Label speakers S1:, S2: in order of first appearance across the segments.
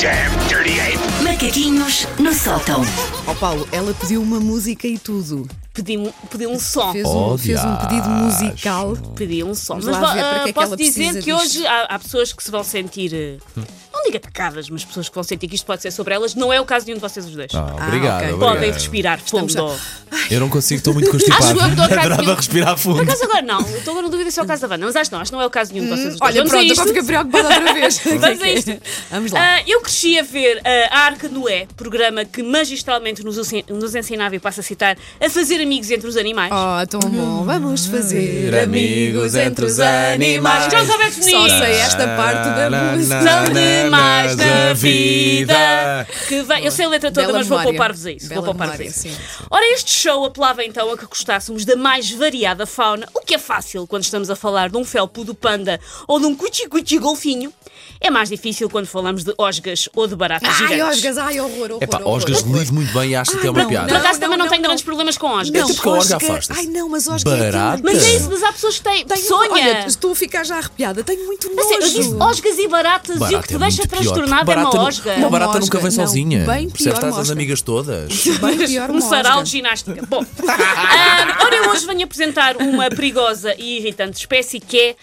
S1: damn dirty ape!
S2: Macaquinhos no sótão.
S3: Ó Paulo, ela pediu uma música e tudo.
S4: Pedi, um- pedi um som.
S3: Fez, um,
S5: Oh,
S3: fez um pedido
S5: diacho.
S3: musical.
S4: Pedi um som.
S3: Vamos
S4: Mas
S3: lá
S4: va-
S3: ver para
S4: ah,
S3: que é que
S4: posso
S3: ela
S4: dizer
S3: precisa
S4: que
S3: disto.
S4: hoje há, há pessoas que se vão sentir. eh, Não digo atacadas, mas pessoas que vão sentir que isto pode ser sobre elas. Não é o caso de um de vocês os dois.
S5: Ah, obrigado,
S3: ok.
S5: obrigado.
S4: Podem respirar fundo.
S5: Eu não consigo, estou muito constipado.
S4: Acho eu que dou cá
S5: Adorava
S4: nenhum.
S5: respirar
S4: Por
S5: fundo.
S4: acaso agora não. Eu Estou agora na dúvida se é o caso da banda, mas acho que não. Acho que não é o caso de nenhum de vocês os dois.
S3: Hum, Olha,
S4: Vamos a
S3: pronto,
S4: isto.
S3: agora fica preocupada outra vez. é
S4: Vamos a isto.
S3: Vamos lá.
S4: Ah, eu cresci a ver ah, a Arca de Noé, programa que magistralmente nos, ensi- nos ensinava, e passo a citar, a fazer amigos entre os animais.
S3: Oh, tão bom. Vamos fazer
S5: Hum. amigos entre os animais.
S4: Já os abertos
S3: Só
S4: nisso.
S3: sei esta parte da música.
S4: São demais na vida. Que vem- Eu sei a letra toda,
S3: Bela
S4: mas vou
S3: memória.
S4: poupar-vos a isso.
S3: Bela
S4: vou poupar-vos a
S3: memória,
S4: isso.
S3: sim.
S4: Ora, este show apelava então a que gostássemos da mais variada fauna, o que é fácil quando estamos a falar de um felpudo panda ou de um cuchi-cuchi golfinho. É mais difícil quando falamos de osgas ou de baratas
S3: Ai,
S4: gigantes.
S3: Osgas, ai, horror, horror.
S5: É pá,
S3: horror.
S5: Osgas lido muito bem e acho que é uma
S3: não,
S4: Por
S5: piada.
S4: acaso também não,
S3: não, É tipo
S4: tenho
S3: não.
S4: grandes problemas com
S3: Não,
S4: osgas.
S5: Até porque a tipo, Osga
S3: Osga-
S5: afasta-se.
S3: Ai, não, mas Osga é
S5: Barata.
S3: aquilo-
S4: Mas é isso, mas há pessoas que têm.
S3: Tenho-
S4: Sonha!
S3: Olha, estou a ficar já arrepiada. Tenho muito
S4: A sério, eu disse
S3: nojo.
S4: osgas e baratas e o que
S5: Barata
S4: te
S5: é
S4: deixa
S5: muito pior,
S4: transtornado
S5: porque
S4: é uma
S5: barata nu-
S4: osga.
S5: Uma barata
S3: Uma
S5: nunca vem
S3: osga, não.
S5: sozinha.
S3: Bem
S5: Percebes?
S3: pior, uma
S5: Estás as
S3: osga.
S5: amigas todas.
S3: Bem pior
S4: Um
S3: uma
S4: sarau
S3: Osga.
S4: de ginástica. Bom, ah, ora, eu hoje venho apresentar uma perigosa e irritante espécie que é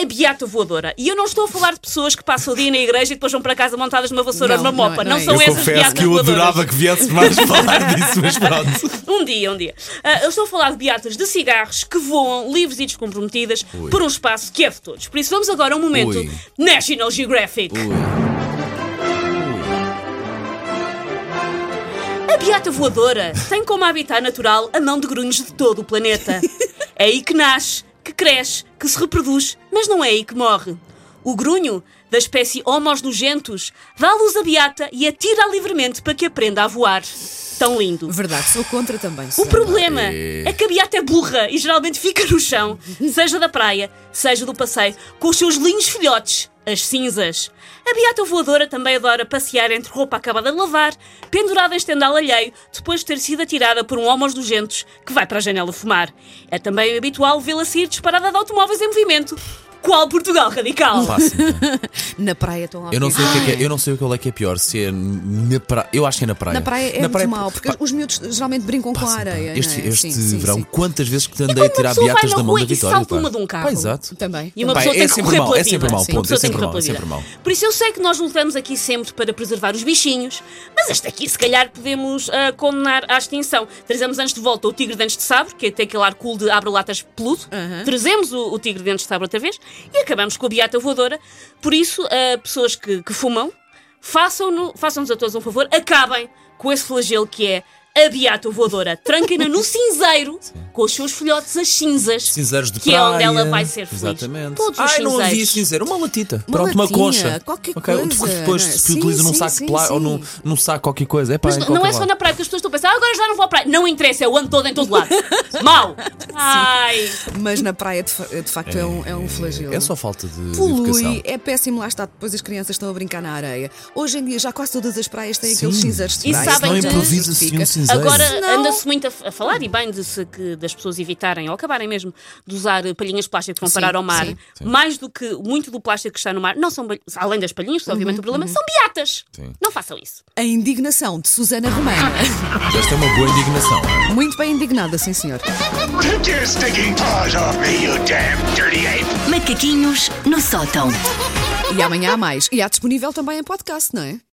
S4: a beata voadora. E eu não estou a falar de pessoas que passam o dia na igreja e depois vão para casa montadas numa vassoura
S3: Não,
S4: ou numa
S3: não é-
S4: mopa.
S3: não
S4: Não,
S3: é
S4: são
S3: isso.
S4: essas beatas voadoras.
S5: que viesse mais falar disso, mas pronto.
S4: Um dia, um dia. Ah, eu estou a falar de beatas de cigarros que voam livres e descomprometidas por um espaço que é de todos. Por isso, vamos agora a um momento
S5: Ui.
S4: National Geographic. A beata voadora tem como habitat natural a mão de grunhos de todo o planeta. É aí que nasce, que cresce, que se reproduz, mas não é aí que morre. O grunho, da espécie Homos nojentos, dá à luz a beata e atira livremente para que aprenda a voar. Tão lindo.
S3: Verdade, sou contra também.
S4: O
S3: sou.
S4: problema é que a beata é burra e geralmente fica no chão, seja da praia, seja do passeio, com os seus linhos filhotes, as cinzas. A beata voadora também adora passear entre roupa acabada de lavar, pendurada em estendal alheio, depois de ter sido atirada por um homem aos nojentos que vai para a janela fumar. É também habitual vê-la sair disparada de automóveis em movimento. Qual Portugal radical?
S3: Na praia estão lá.
S5: Eu não sei o que é, que
S3: ficar.
S5: é- eu não sei o que é que é pior, se é na praia. Eu acho que é na praia.
S3: Na praia é muito mau, porque
S5: pá,
S3: os miúdos geralmente brincam com a
S5: pá,
S3: areia.
S5: Este,
S3: não é? Sim,
S5: este
S3: sim,
S5: verão,
S3: sim.
S5: quantas vezes que te andei a tirar
S4: pessoa vai
S5: beatas
S4: na
S5: da mão
S4: rua
S5: da
S4: e
S5: Vitória?
S4: salta
S5: pá.
S4: uma de um carro.
S5: Pá, exato.
S3: Também.
S4: E uma
S5: Pá,
S4: pessoa
S5: é
S4: tem que
S5: sempre
S4: correr
S5: mau,
S4: pela
S5: é
S4: vida.
S5: sempre mau,
S4: Sim,
S5: ponto,
S4: uma pessoa tem
S5: é
S4: que
S5: sempre
S4: correr
S5: mau,
S4: pela
S5: é
S4: vida.
S5: sempre mau.
S4: Por isso eu sei que nós não estamos aqui sempre para preservar os bichinhos, mas este aqui se calhar podemos ah, condenar à extinção. Trazemos antes de volta o tigre dentes de sabre, que tem aquele ar cool de abre-latas peludo. Trazemos o, o tigre dentes de sabre outra vez e acabamos com a beata voadora. Por isso, ah, pessoas que, que fumam, façam-no- façam-nos a todos um favor, acabem com esse flagelo que é a beata voadora. Tranquem-na no cinzeiro com os seus filhotes, as cinzas,
S5: Cinzeiros de
S4: que
S5: praia.
S4: é onde ela vai ser feliz.
S5: Exatamente.
S4: Todos os
S5: Ai,
S4: cinzeiros.
S5: não havia cinzeiro. Uma latita.
S3: Uma
S5: Pronto, uma
S3: latinha,
S5: concha.
S3: qualquer
S5: Ok, onde
S3: coisa,
S5: Depois
S3: não é?
S5: se
S3: Sim,
S5: utiliza num
S3: sim,
S5: saco
S3: sim,
S5: de plástico ou
S3: sim.
S5: num, num saco qualquer coisa. É pá,
S4: Mas
S5: em
S4: não- não
S5: qualquer
S4: é só
S5: lado.
S4: na praia que as pessoas estão a pensar, "Ah, agora já não vou à praia. Não interessa, é o ano todo em todo lado. Mal! Ai!
S3: Mas na praia, de, fa- de facto, é um, é um flagelo.
S5: É só falta de, de educação.
S3: Polui, é péssimo, lá está. Depois as crianças estão a brincar na areia. Hoje em dia já quase todas as praias têm aqueles
S5: Sim.
S3: cinzeiros de
S4: E
S3: praia.
S4: sabem
S5: não
S4: que-
S5: improvisa-se um cinzeiro.
S4: Agora
S3: Não.
S4: anda-se muito a, f- a falar, e bem, de-se que das pessoas evitarem ou acabarem mesmo de usar eh, palhinhas de plástico que vão
S3: Sim,
S4: parar ao mar.
S3: sim.
S4: Mais do que muito do plástico que está no mar, não são, ba- além das palhinhas, que são obviamente o problema, são beatas.
S5: Uhum, Sim.
S4: Não façam isso.
S3: A indignação de Susana Romana.
S5: Esta é uma boa indignação.
S3: Muito bem indignada, sim senhor.
S1: Take your stinking paws off me, you damn dirty ape!
S2: Macaquinhos no sótão.
S3: E amanhã há mais. E há disponível também em podcast, não é?